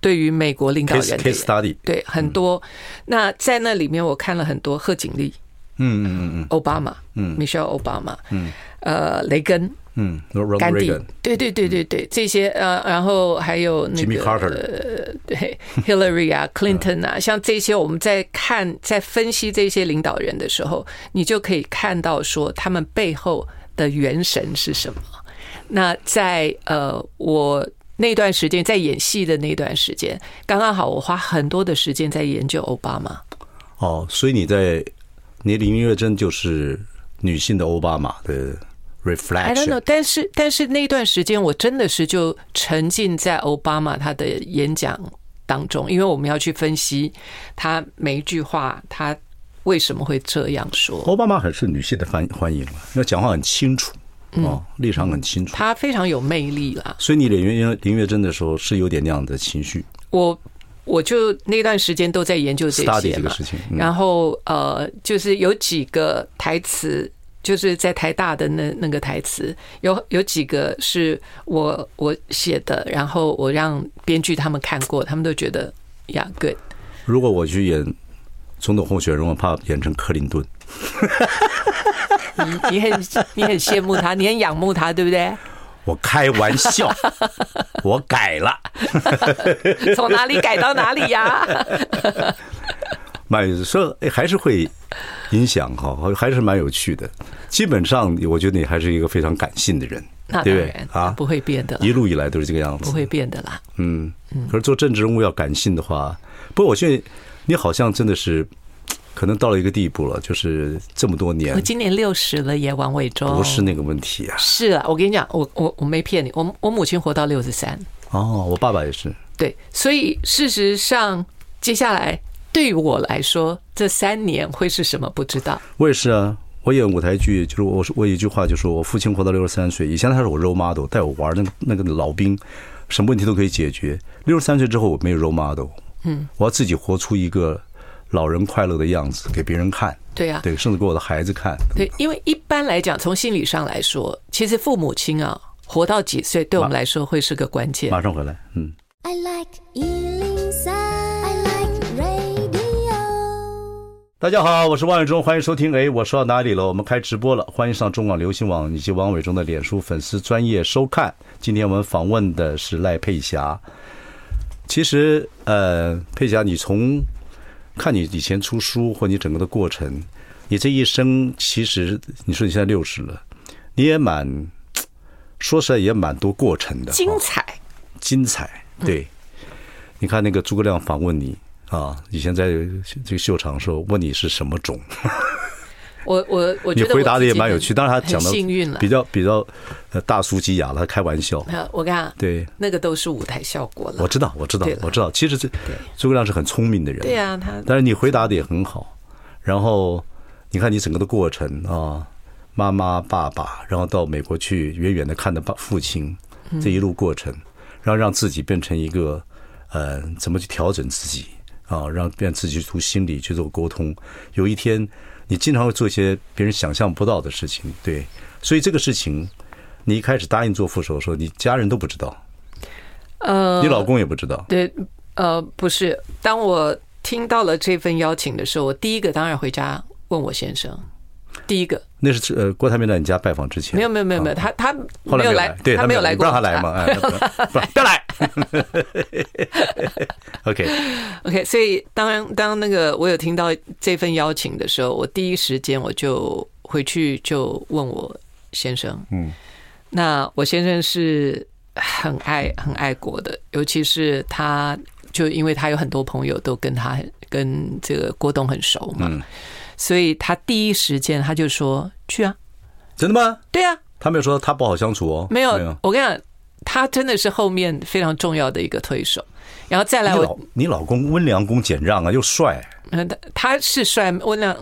Speaker 1: 对于美国 领导
Speaker 2: case
Speaker 1: 人的
Speaker 2: case study，
Speaker 1: 对很多。那在那里面，我看了很多贺锦丽，
Speaker 2: 嗯嗯嗯
Speaker 1: 奥巴马，嗯，Michelle Obama，嗯，呃，雷根，
Speaker 2: 嗯嗯，Ronald
Speaker 1: 甘地
Speaker 2: Reagan，，
Speaker 1: 对对对对对，这些呃，然后还有那
Speaker 2: Jimmy 嗯
Speaker 1: 个
Speaker 2: Carter
Speaker 1: 呃，对 Hillary 啊，Clinton 啊，像这些我们在看在分析这些领导人的时候，你就可以看到说他们背后的元神是什么。那在呃，我那段时间在演戏的那段时间，刚刚好我花很多的时间在研究奥巴马。
Speaker 2: 哦，所以你在你林月珍就是女性的奥巴马的
Speaker 1: I don't know，
Speaker 2: reflection，
Speaker 1: 但是但是那段时间我真的是就沉浸在奥巴马他的演讲当中，因为我们要去分析他每一句话，他为什么会这样说，
Speaker 2: 奥巴马很受女性的欢欢迎啊，要讲话很清楚，
Speaker 1: 嗯
Speaker 2: 哦，立场很清楚。
Speaker 1: 他非常有魅力啦。
Speaker 2: 所以你林月林月珍的时候是有点那样的情绪
Speaker 1: 我我就那段时间都在研究这
Speaker 2: ，study
Speaker 1: 些
Speaker 2: 这个
Speaker 1: 嘛，
Speaker 2: 事情，嗯
Speaker 1: 然后呃，就是有几个台词，就是在台大的那那个台词，有有几个是我我写的，然后我让编剧他们看过，他们都觉得呀，good。
Speaker 2: 如果我去演总统候选人，我怕演成克林顿。
Speaker 1: 你你很你很羡慕他，你很仰慕他，对 不对？
Speaker 2: 我开玩 笑，我改了。
Speaker 1: 从哪里改到哪里 呀？
Speaker 2: 蛮有意思，说哎还是会影响哈，还是蛮有趣的。基本上，我觉得你还是一个非常感性的人，对
Speaker 1: 那当
Speaker 2: 不对
Speaker 1: 然
Speaker 2: 啊？
Speaker 1: 不会变的啦，
Speaker 2: 一路以来都是这个样
Speaker 1: 不
Speaker 2: 子。
Speaker 1: 会变的啦。
Speaker 2: 嗯，可是做政治人物要感性的话，不过我现在你好像真的是可能到了一个地步了，就是这么多
Speaker 1: 我
Speaker 2: 年
Speaker 1: 今年六十了耶，王伟忠。
Speaker 2: 嗯不是那个问题啊。
Speaker 1: 是啊，我跟你讲，我我我没骗你，我我母亲活到六十三，
Speaker 2: 哦，我爸爸也是，
Speaker 1: 对，所以事实上，接下来对我来说，这三年会是什么不知道。
Speaker 2: 我也是啊。我演舞台剧，就是我我有一句话就说，我父亲活到六十三岁，以前他是我 role model，带我玩那个那个老兵，什么问题都可以解决。六十三岁之后，我没有 role model，嗯，我要自己活出一个老人快乐的样子给别人看，
Speaker 1: 对啊，
Speaker 2: 对，甚至给我的孩子看。
Speaker 1: 对，因为一般来讲，从心理上来说，其实父母亲啊，活到几岁对我们来说会是个关键。
Speaker 2: 马上回来，嗯。
Speaker 3: I like Ealing Sound. I like radio.
Speaker 2: 大家好，我是王伟忠，欢迎收听。哎，我说到哪里了？我们开直播了，欢迎上中广流行网以及王伟忠的脸书粉丝专业收看。今天我们访问的是赖佩霞。其实，呃，佩霞，你从看你以前出书或你整个的过程，你这一生其实你说你现在六十了，你也蛮说实在也蛮多过程的，
Speaker 1: 精
Speaker 2: 哦
Speaker 1: 彩，
Speaker 2: 精彩。
Speaker 1: 嗯
Speaker 2: 对，你看那个诸葛亮访问你啊，以前在这个秀场的时候问你是什么种，
Speaker 1: 我我我
Speaker 2: 你
Speaker 1: 觉得
Speaker 2: 回答
Speaker 1: 我
Speaker 2: 的
Speaker 1: 自己
Speaker 2: 也蛮有趣。
Speaker 1: 很
Speaker 2: 当然他讲
Speaker 1: 很
Speaker 2: 的
Speaker 1: 幸运了嗯
Speaker 2: 比。较比较呃大叔级雅了，他开玩笑。
Speaker 1: 没有我跟你讲，
Speaker 2: 对，
Speaker 1: 那个都是舞台效果了
Speaker 2: 我。知道，我知道
Speaker 1: 对，了
Speaker 2: 我知道。其实这诸葛亮是很聪明的人，
Speaker 1: 对啊，他
Speaker 2: 但是你回答的也很好，然后你看你整个的过程啊，妈妈、爸爸，然后到美国去，远远的看着爸父亲
Speaker 1: 嗯
Speaker 2: 这一路过程，然后让自己变成一个呃，怎么去调整自己啊，让变自己从心理去做沟通。有一天，你经常会做一些别人想象不到的事情，对，所以这个事情。你一开始答应做副手的时候，你家人都不知道，
Speaker 1: 呃
Speaker 2: 你老公也不知道。
Speaker 1: 对，呃，不是。当我听到了这份邀请的时候，我第一个当然回家问我先生。第一个
Speaker 2: 那是呃，郭台铭来你家拜访之前，啊
Speaker 1: 没有没有没有没有，他他
Speaker 2: 后来
Speaker 1: 没有
Speaker 2: 来，对
Speaker 1: 他没有来
Speaker 2: 你
Speaker 1: 过
Speaker 2: 不
Speaker 1: 我
Speaker 2: 让他
Speaker 1: 们家，
Speaker 2: 来嘛，哎，不不让不要来。OK，
Speaker 1: OK，所以当然，当那个我有听到这份邀请的时候，我第一时间我就回去就问我先生，
Speaker 2: 嗯，
Speaker 1: 那我先生是很爱很爱国的，尤其是他，就因为他有很多朋友都跟他跟这个郭董很熟嘛，
Speaker 2: 嗯
Speaker 1: 所以他第一时间他就说去啊，
Speaker 2: 真的吗？
Speaker 1: 对啊，
Speaker 2: 他没有说他不好相处哦，
Speaker 1: 没有，
Speaker 2: 没有。
Speaker 1: 我跟你讲，他真的是后面非常重要的一个推手，然后再来
Speaker 2: 你
Speaker 1: 我
Speaker 2: 老你老公温良恭俭让啊，又帅，
Speaker 1: 嗯，他他是帅温良，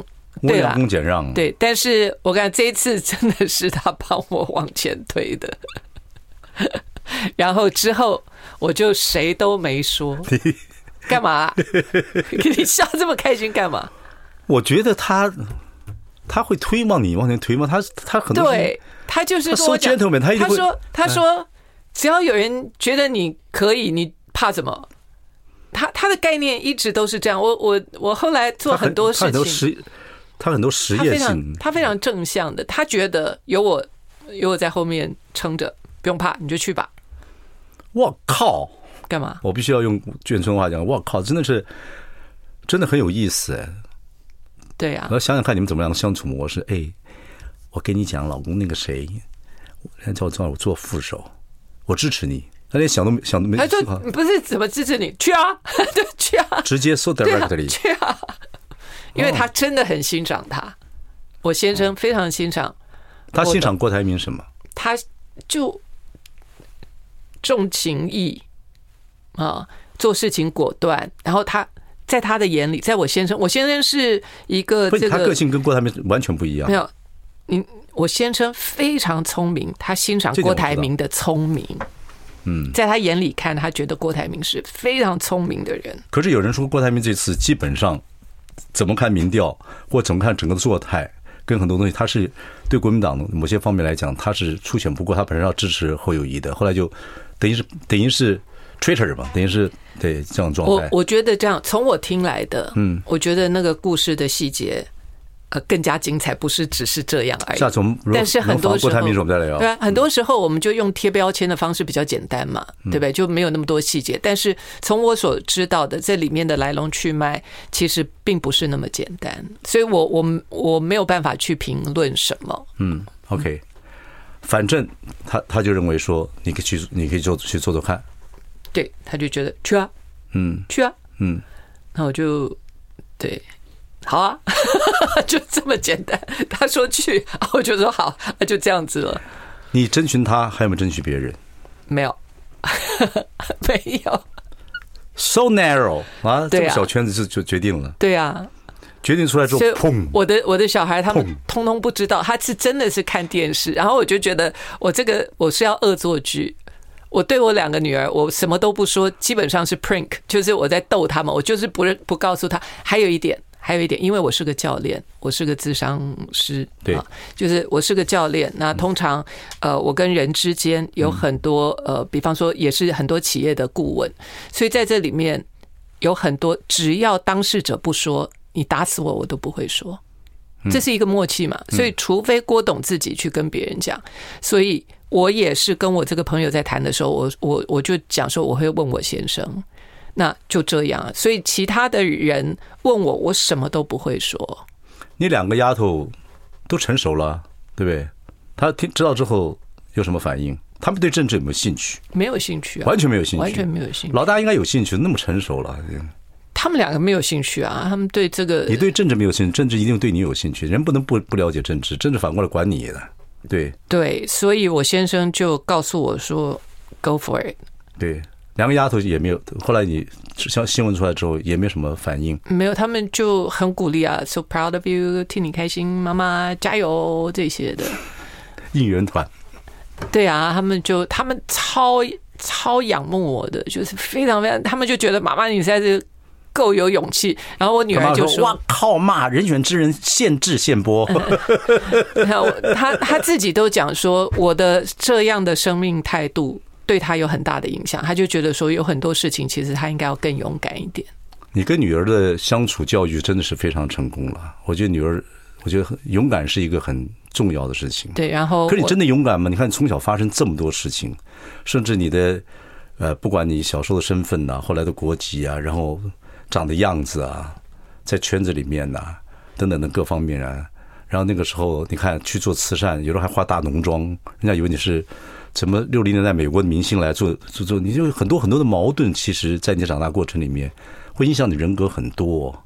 Speaker 2: 温
Speaker 1: 对
Speaker 2: 良
Speaker 1: 啦，
Speaker 2: 恭俭让。，啊
Speaker 1: 对，但是我感觉这一次真的是他帮我往前推的， 然后之后我就谁都没说， 干嘛？ 你笑这么开心干嘛？
Speaker 2: 我觉得他他会推吗？你往前推吗？他他很多事情
Speaker 1: 对他就是跟
Speaker 2: 他
Speaker 1: 我
Speaker 2: so
Speaker 1: 讲，
Speaker 2: gentleman，他一定会哎
Speaker 1: 说他说只要有人觉得你可以，你怕什么？他他的概念一直都是这样。我我我后来做
Speaker 2: 他
Speaker 1: 很多
Speaker 2: 他
Speaker 1: 事
Speaker 2: 很多
Speaker 1: 情，
Speaker 2: 实他很多实
Speaker 1: 他
Speaker 2: 验
Speaker 1: 非常
Speaker 2: 性。
Speaker 1: 他非常正向的，他觉得有我有我在后面撑着，不用怕，你就去吧。
Speaker 2: 我靠！
Speaker 1: 干嘛？
Speaker 2: 我必须要用眷村话讲，我靠，真的是真的很有意思哎。
Speaker 1: 对啊
Speaker 2: 我，要想想看你们怎么样的相处模式。哎，我跟你讲，老公那个谁，人家叫我做我做副手，我支持你，他连想都没想都没
Speaker 1: 他就
Speaker 2: 思考，
Speaker 1: 不是怎么支持你，去啊， 就去啊，
Speaker 2: 直接 so
Speaker 1: 对啊，
Speaker 2: directly， 哦
Speaker 1: 去啊，因为他真的很欣赏他，我先生非常欣赏
Speaker 2: 他欣赏郭台铭什么？
Speaker 1: 他，就重情义啊，做事情果断，然后他。在他的眼里，在我先生，我先生是一个
Speaker 2: 不
Speaker 1: 这
Speaker 2: 是，
Speaker 1: 个
Speaker 2: 他个性跟郭台铭完全不一样
Speaker 1: 没。有，你我先生非常聪明，他欣赏
Speaker 2: 这点
Speaker 1: 郭
Speaker 2: 我知道
Speaker 1: 台铭的聪明。嗯，在他眼里看，他觉得郭台铭是非常聪明的人。
Speaker 2: 可是有人说郭台铭这次基本上怎么看民调或怎么看整个的做态，跟很多东西，他是对国民党的某些方面来讲，他是初选不过，他本身要支持侯友谊的，后来就等于是等于是 traitor 吧，等于是对这样的状
Speaker 1: 我
Speaker 2: 态。
Speaker 1: 我觉得这样，从我听来的，嗯，我觉得那个故事的细节，呃，更加精彩，不是只是这样而已。
Speaker 2: 下次我们如果
Speaker 1: 哎但是很多
Speaker 2: 能访
Speaker 1: 时
Speaker 2: 郭
Speaker 1: 候
Speaker 2: 台铭时我们再哦聊
Speaker 1: 对啊，很多时候我们就用贴标签的方式比较简单嘛，
Speaker 2: 嗯
Speaker 1: 对不对？就没有那么多细节。但是从我所知道的，这里面的来龙去脉其实并不是那么简单，所以我我我没有办法去评论什么。
Speaker 2: 嗯，OK，反正他他就认为说，你可以去，你可以做去做做看。
Speaker 1: 对，他就觉得去啊，
Speaker 2: 嗯
Speaker 1: 去啊，
Speaker 2: 嗯，
Speaker 1: 那我就对，好啊， 就这么简单。他说去， 我就说好，那就这样子了。
Speaker 2: 你征询他，还有没有征询别人
Speaker 1: 没有， 没有，
Speaker 2: ？So narrow 啊，这
Speaker 1: 对
Speaker 2: 个
Speaker 1: 啊
Speaker 2: 小圈子就就决定了，
Speaker 1: 对啊，
Speaker 2: 决定出来之后，
Speaker 1: 所以
Speaker 2: 砰，
Speaker 1: 我的我的小孩他们通通不知道，他是真的是看电视，然后我就觉得我这个我是要恶作剧。我对我两个女儿，我什么都不说，基本上是 prank，就是我在逗他们，我就是不不告诉他。还有一点，还有一点，因为我是个教练，我是个智商师，
Speaker 2: 对
Speaker 1: 啊，就是我是个教
Speaker 2: 嗯
Speaker 1: 练。那通常，呃，我跟人之间有很多呃，比方说也是很多企业的顾问，所以在这里面有很多，只要当事者不说，你打死我我都不会说。
Speaker 2: 嗯
Speaker 1: 这是一个默契嘛。所以，除非郭董自己去跟别人讲，所以我也是跟我这个朋友在谈的时候，我我我就讲说我会问我先生，那就这样啊。所以其他的人问我，我什么都不会说。
Speaker 2: 你两个丫头都成熟了，对不对？他听知道之后有什么反应？他们对政治有没有兴趣？
Speaker 1: 没有兴趣啊，
Speaker 2: 完全没有兴趣，
Speaker 1: 完全没有兴趣。
Speaker 2: 老大应该有兴趣，那么成熟了。
Speaker 1: 他们两个没有兴趣啊，他们对这个
Speaker 2: 你对政治没有兴趣，政治一定对你有兴趣。人不能不不了解政治，政治反过来管你的。对
Speaker 1: 对，所以我先生就告诉我说，Go for it，
Speaker 2: 对，两个丫头也没有。后来你像新闻出来之后，也没什么反应。
Speaker 1: 没有，他们就很鼓励啊，so proud of you，替你开心，妈妈加油这些的。
Speaker 2: 应援团，
Speaker 1: 对啊，他们就他们超超仰慕我的，就是非常非常，他们就觉得妈妈你实在是够有勇气。然后我女
Speaker 2: 干
Speaker 1: 儿
Speaker 2: 嘛
Speaker 1: 就
Speaker 2: 说哇靠骂人选之人限制限播？
Speaker 1: 然后 她她自己都讲说，我的这样的生命态度对她有很大的影响，她就觉得说有很多事情其实她应该要更勇敢一点。
Speaker 2: 你跟女儿的相处教育真的是非常成功了。我觉得女儿，我觉得很勇敢是一个很重要的事情。
Speaker 1: 对，然后
Speaker 2: 可是你
Speaker 1: 我
Speaker 2: 真的勇敢吗？你看从小发生这么多事情，甚至你的呃，不管你小时候的身份呐、后来的国籍啊，然后长的样子啊，在圈子里面呐、等等的各方面啊，然后那个时候你看去做慈善，有时候还化大浓妆，人家以为你是。什么六零年代美国的明星来做做做，你就有很多很多的矛盾，其实，在你长大过程里面，会影响你人格很多，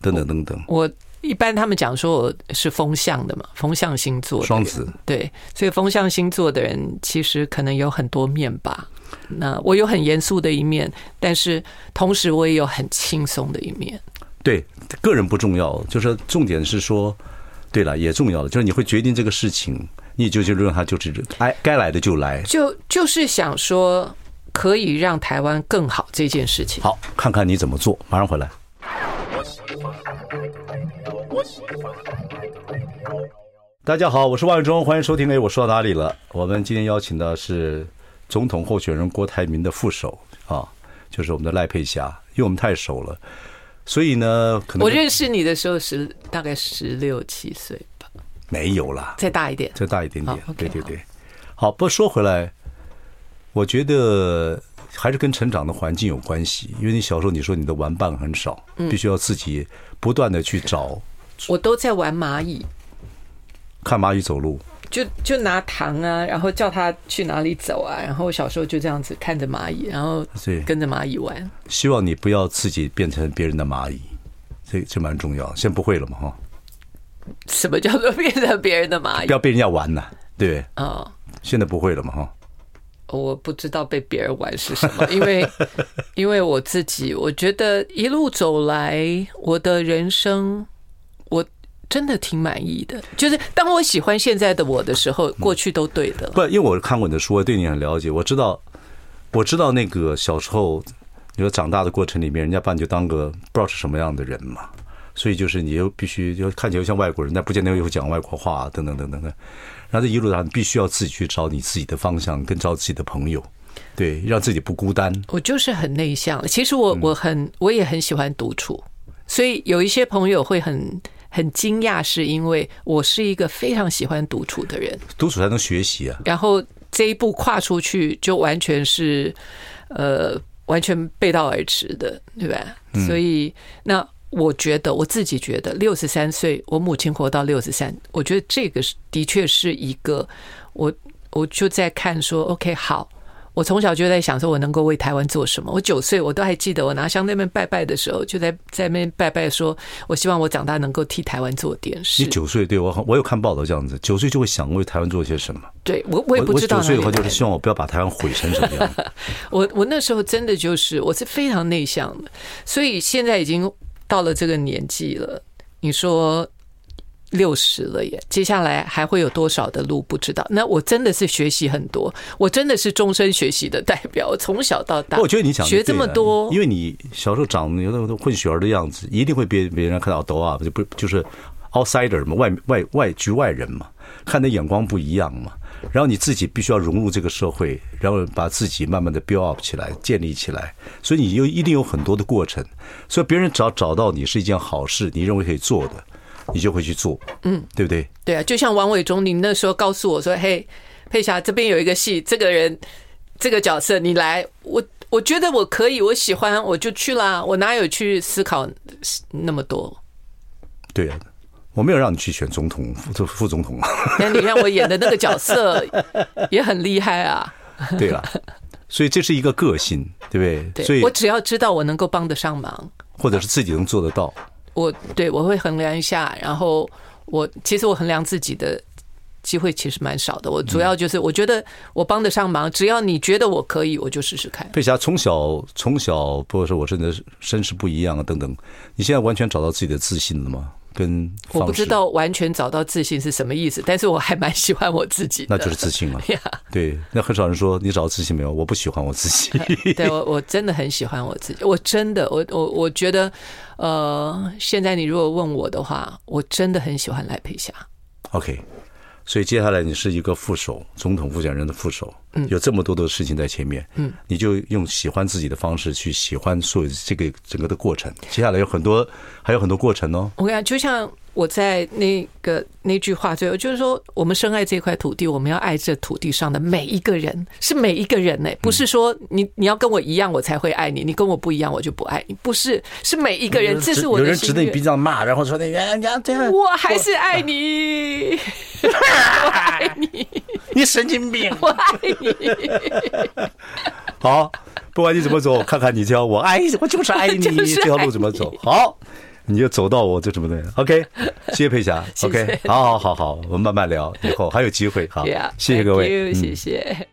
Speaker 2: 等等等等。
Speaker 1: 我一般他们讲说我是风象的嘛，风象星座的
Speaker 2: 双子，
Speaker 1: 对，所以风象星座的人其实可能有很多面吧。那我有很严肃的一面，但是同时我也有很轻松的一面。
Speaker 2: 对，个人不重要，就是重点是说，对了，也重要的就是你会决定这个事情，你就就让它就是哎该来的就来。
Speaker 1: 就就是想说，可以让台湾更好这件事情。
Speaker 2: 好，看看你怎么做，马上回来。大家好，我是万永忠，欢迎收听。哎，我说到哪里了？我们今天邀请的是总统候选人郭台铭的副手啊，就是我们的赖佩霞，因为我们太熟了，所以呢，可能
Speaker 1: 我认识你的时候是大概十六七岁吧，
Speaker 2: 没有啦，
Speaker 1: 再大一点。
Speaker 2: 再大一点点
Speaker 1: 好
Speaker 2: 对
Speaker 1: ，，OK，
Speaker 2: 对对。好，不过说回来，我觉得还是跟成长的环境有关系，因为你小时候你说你的玩伴很少，
Speaker 1: 嗯
Speaker 2: 必须要自己不断的去找
Speaker 1: 我都在玩蚂蚁，
Speaker 2: 看蚂蚁走路，
Speaker 1: 就就拿糖啊，然后叫他去哪里走啊，然后我小时候就这样子看着蚂蚁，然后
Speaker 2: 对，
Speaker 1: 跟着蚂蚁玩。
Speaker 2: 希望你不要自己变成别人的蚂蚁，这这蛮重要。现在不会了嘛哈，
Speaker 1: 什么叫做变成别人的 蚂
Speaker 2: 不
Speaker 1: 蚁？
Speaker 2: 要被人家玩呐，对不对，
Speaker 1: 啊、
Speaker 2: 现在不会了嘛哈。
Speaker 1: 我不知道被别人玩是什么，因为因为我自己，我觉得一路走来，我的人生，我真的挺满意的。就是当我喜欢现在的我的时候，过去都对的了。
Speaker 2: 不，因为我看过你的书，我对你很了解，我知道，我知道那个小时候，你说长大的过程里面，人家把你就当个不知道是什么样的人嘛，所以就是你又必须就看起来又像外国人，但不见得又会讲外国话、等等等等等。然后这一路上，你必须要自己去找你自己的方向，跟找自己的朋友，对，让自己不孤单。
Speaker 1: 我就是很内向，其实我我很我也很喜欢独处，所以有一些朋友会很很惊讶，是因为我是一个非常喜欢独处的人。
Speaker 2: 独处才能学习啊，
Speaker 1: 然后这一步跨出去，就完全是呃完全背道而驰的，对吧？
Speaker 2: 嗯
Speaker 1: 所以那我觉得我自己觉得，六十三岁，我母亲活到六十三，我觉得这个是的确是一个我我就在看说，OK，好。我从小就在想说，我能够为台湾做什么。我九岁，我都还记得，我拿香那边拜拜的时候，就在在那边拜拜说，我希望我长大能够替台湾做点事
Speaker 2: 你。九岁对我好，我有看报道这样子，九岁就会想为台湾做些什么。
Speaker 1: 对我，我也不知道
Speaker 2: 我九
Speaker 1: 哪
Speaker 2: 岁
Speaker 1: 里
Speaker 2: 的话，就
Speaker 1: 来
Speaker 2: 是
Speaker 1: 的
Speaker 2: 希望我不要把台湾毁成什么样。
Speaker 1: 我我那时候真的就是我是非常内向的，所以现在已经到了这个年纪了，你说六十了耶，接下来还会有多少的路不知道？那我真的是学习很多，我真的是终身学习的代表，我从小到大，
Speaker 2: 我觉得你讲得
Speaker 1: 学这
Speaker 2: 对
Speaker 1: 么
Speaker 2: 了
Speaker 1: 多
Speaker 2: 因为你小时候长得有那种混血儿的样子，一定会被别人看到都啊，就不就是 outsider 嘛，外外外局外人嘛，看的眼光不一样嘛。然后你自己必须要融入这个社会，然后把自己慢慢的 build up 起来，建立起来。所以你又一定有很多的过程，所以别人只要找到你是一件好事，你认为可以做的，你就会去做，嗯，对不对？
Speaker 1: 对啊，就像王伟忠，你那时候告诉我说：“嘿，佩霞，这边有一个戏，这个人，这个角色，你来。”我我觉得我可以，我喜欢，我就去啦。我哪有去思考那么多？
Speaker 2: 对啊，我没有让你去选总统、副副总 统啊。
Speaker 1: 那你让我演的那个角色也很厉害 啊！
Speaker 2: 对了，所以这是一个个性，对不对？所
Speaker 1: 对
Speaker 2: 以
Speaker 1: 我只要知道我能够帮得上忙，
Speaker 2: 或者是自己能做得到，
Speaker 1: 我对我会衡量一下，然后我其实我衡量自己的机会其实蛮少的。我主要就是我觉得我帮得上忙，只要你觉得我可以，我就试试看。
Speaker 2: 佩霞从小从小，或者说我真的是身世不一样啊，等等，你现在完全找到自己的自信了吗？跟方式
Speaker 1: 我不知，道完全找到自信是什么意思，但是我还蛮喜欢我自己
Speaker 2: 那
Speaker 1: 的。
Speaker 2: 就是自信了。
Speaker 1: 呀，
Speaker 2: 对，那很少人说你找到自信没有？我不喜欢我自己。
Speaker 1: 对我我真的很喜欢我自己，我真的我我我觉得，呃，现在你如果问我的话，我真的很喜欢赖佩霞。
Speaker 2: OK，所以接下来你是一个副手，总统候选人的副手，
Speaker 1: 嗯
Speaker 2: 有这么多的事情在前面，嗯，你就用喜欢自己的方式去喜欢所有这个整个的过程。接下来有很多，还有很多过程哦。
Speaker 1: 我跟你讲，就像我在那个那句话最后，就是说，我们深爱这块土地，我们要爱这土地上的每一个人，是每一个人呢、不
Speaker 2: 嗯
Speaker 1: 是说你你要跟我一样我才会爱你，你跟我不一样我就不爱你，不是，是每一个人，这是我
Speaker 2: 有
Speaker 1: 的
Speaker 2: 人
Speaker 1: 心
Speaker 2: 指着你
Speaker 1: 愿
Speaker 2: 鼻。子上骂，然后说那人家这样，
Speaker 1: 我还是爱你，
Speaker 2: 你神经病。
Speaker 1: 我爱你，
Speaker 2: 好，不管你怎么走，看看你这条我爱，我就是爱你
Speaker 1: 就是
Speaker 2: 这条路怎么走。好，你就走到我这怎么的。OK，谢谢佩霞。
Speaker 1: 谢谢
Speaker 2: OK，好好好好，我们慢慢聊，以后还有机会。好
Speaker 1: Yeah，
Speaker 2: 谢谢各
Speaker 1: 啊 thank
Speaker 2: 位，
Speaker 1: you，
Speaker 2: 嗯
Speaker 1: 谢谢。